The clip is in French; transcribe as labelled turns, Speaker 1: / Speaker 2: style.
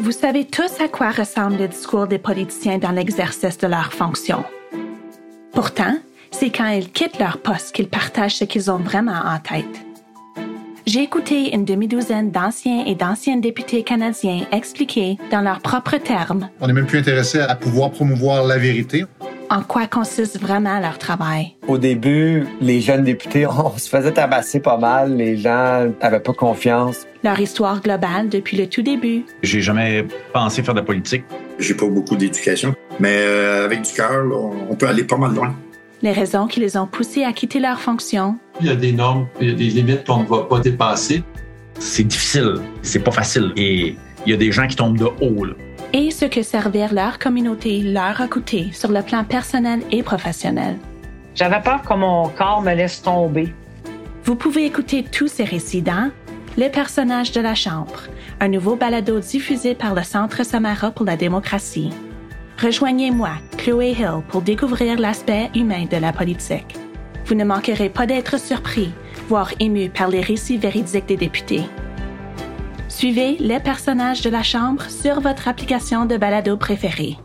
Speaker 1: Vous savez tous à quoi ressemblent les discours des politiciens dans l'exercice de leurs fonctions. Pourtant, c'est quand ils quittent leur poste qu'ils partagent ce qu'ils ont vraiment en tête. J'ai écouté une demi-douzaine d'anciens et d'anciennes députés canadiens expliquer, dans leurs propres termes,
Speaker 2: On est même plus intéressé à pouvoir promouvoir la vérité.
Speaker 1: en quoi consiste vraiment leur travail.
Speaker 3: Au début, les jeunes députés, on se faisait tabasser pas mal. Les gens avaient pas confiance.
Speaker 1: Leur histoire globale depuis le tout début,
Speaker 4: J'ai jamais pensé faire de la politique.
Speaker 5: J'ai pas beaucoup d'éducation, mais euh, avec du cœur, là, on on peut aller pas mal loin.
Speaker 1: les raisons qui les ont poussés à quitter leur fonction,
Speaker 6: Il y a des normes, il y a des limites qu'on ne va pas dépasser.
Speaker 4: C'est difficile, c'est pas facile. Et il y a des gens qui tombent de haut. là.
Speaker 1: et ce que servir leur communauté leur a coûté sur le plan personnel et professionnel.
Speaker 7: J'avais peur que mon corps me laisse tomber.
Speaker 1: Vous pouvez écouter tous ces récits dans Les personnages de la Chambre, un nouveau balado diffusé par le Centre Samara pour la démocratie. Rejoignez-moi, Chloé Hill, pour découvrir l'aspect humain de la politique. Vous ne manquerez pas d'être surpris, voire ému par les récits véridiques des députés. Suivez Les personnages de la Chambre sur votre application de balado préférée.